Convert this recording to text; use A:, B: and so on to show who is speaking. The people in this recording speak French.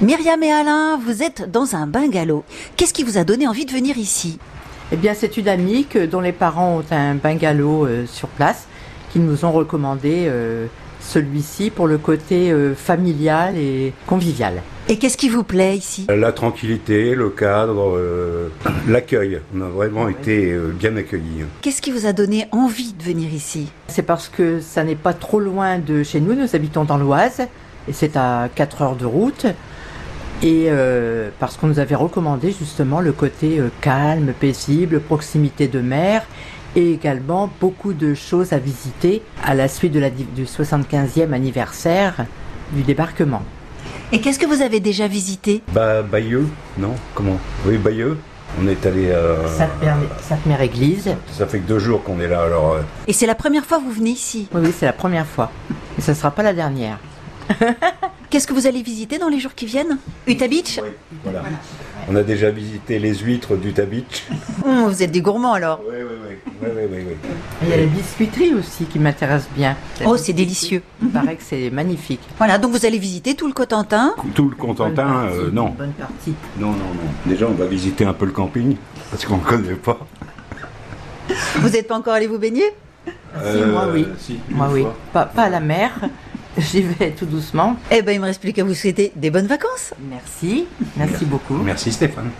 A: Myriam et Alain, vous êtes dans un bungalow. Qu'est-ce qui vous a donné envie de venir ici
B: Eh bien, c'est une amie que- dont les parents ont un bungalow euh, sur place, qui nous ont recommandé euh, celui-ci pour le côté euh, familial et convivial.
A: Et qu'est-ce qui vous plaît ici
C: La tranquillité, le cadre, euh, l'accueil. On a vraiment été euh, bien accueillis.
A: Qu'est-ce qui vous a donné envie de venir ici
B: C'est parce que ça n'est pas trop loin de chez nous, nous habitons dans l'Oise, et c'est à 4 heures de route, et euh, parce qu'on nous avait recommandé justement le côté euh, calme, paisible, proximité de mer, et également beaucoup de choses à visiter à la suite de la, di- du 75e anniversaire du débarquement.
A: Et qu'est-ce que vous avez déjà visité
C: Ba- Bayeux Non Comment Oui, Bayeux. On est allé à.
B: Sainte-Mère Sainte-Mère Église,
C: Ça fait que deux jours qu'on est là, alors. euh,
A: Et c'est la première fois que vous venez ici.
B: oui, oui, c'est la première fois, et ça ne sera pas la dernière.
A: Qu'est-ce que vous allez visiter dans les jours qui viennent Utah Beach
C: voilà. On a déjà visité les huîtres d'Utah Beach.
A: Hum, Vous êtes des gourmands
B: Ah
A: alors.
C: Oui, oui, oui. oui, oui, oui.
B: Et Il y a la biscuiterie aussi qui m'intéresse bien.
A: Oh, c'est délicieux.
B: Il paraît que c'est magnifique.
A: Voilà, donc vous allez visiter tout le Cotentin.
C: Tout le
B: Bonne
C: Contentin,
B: partie,
C: euh, non.
B: Bonne partie.
C: Non, non, non. Déjà, on va visiter un peu le camping, parce qu'on ne connaît pas.
A: Vous n'êtes pas encore allé vous baigner
B: Ah, Si, moi
C: Euh,
B: oui.
C: si, une
B: moi oui.
C: fois.
B: Pas, pas à la mer. J'y vais tout doucement.
A: Eh ben, il me reste plus qu'à vous souhaiter des bonnes vacances.
B: Merci. Merci beaucoup.
C: Merci Stéphane.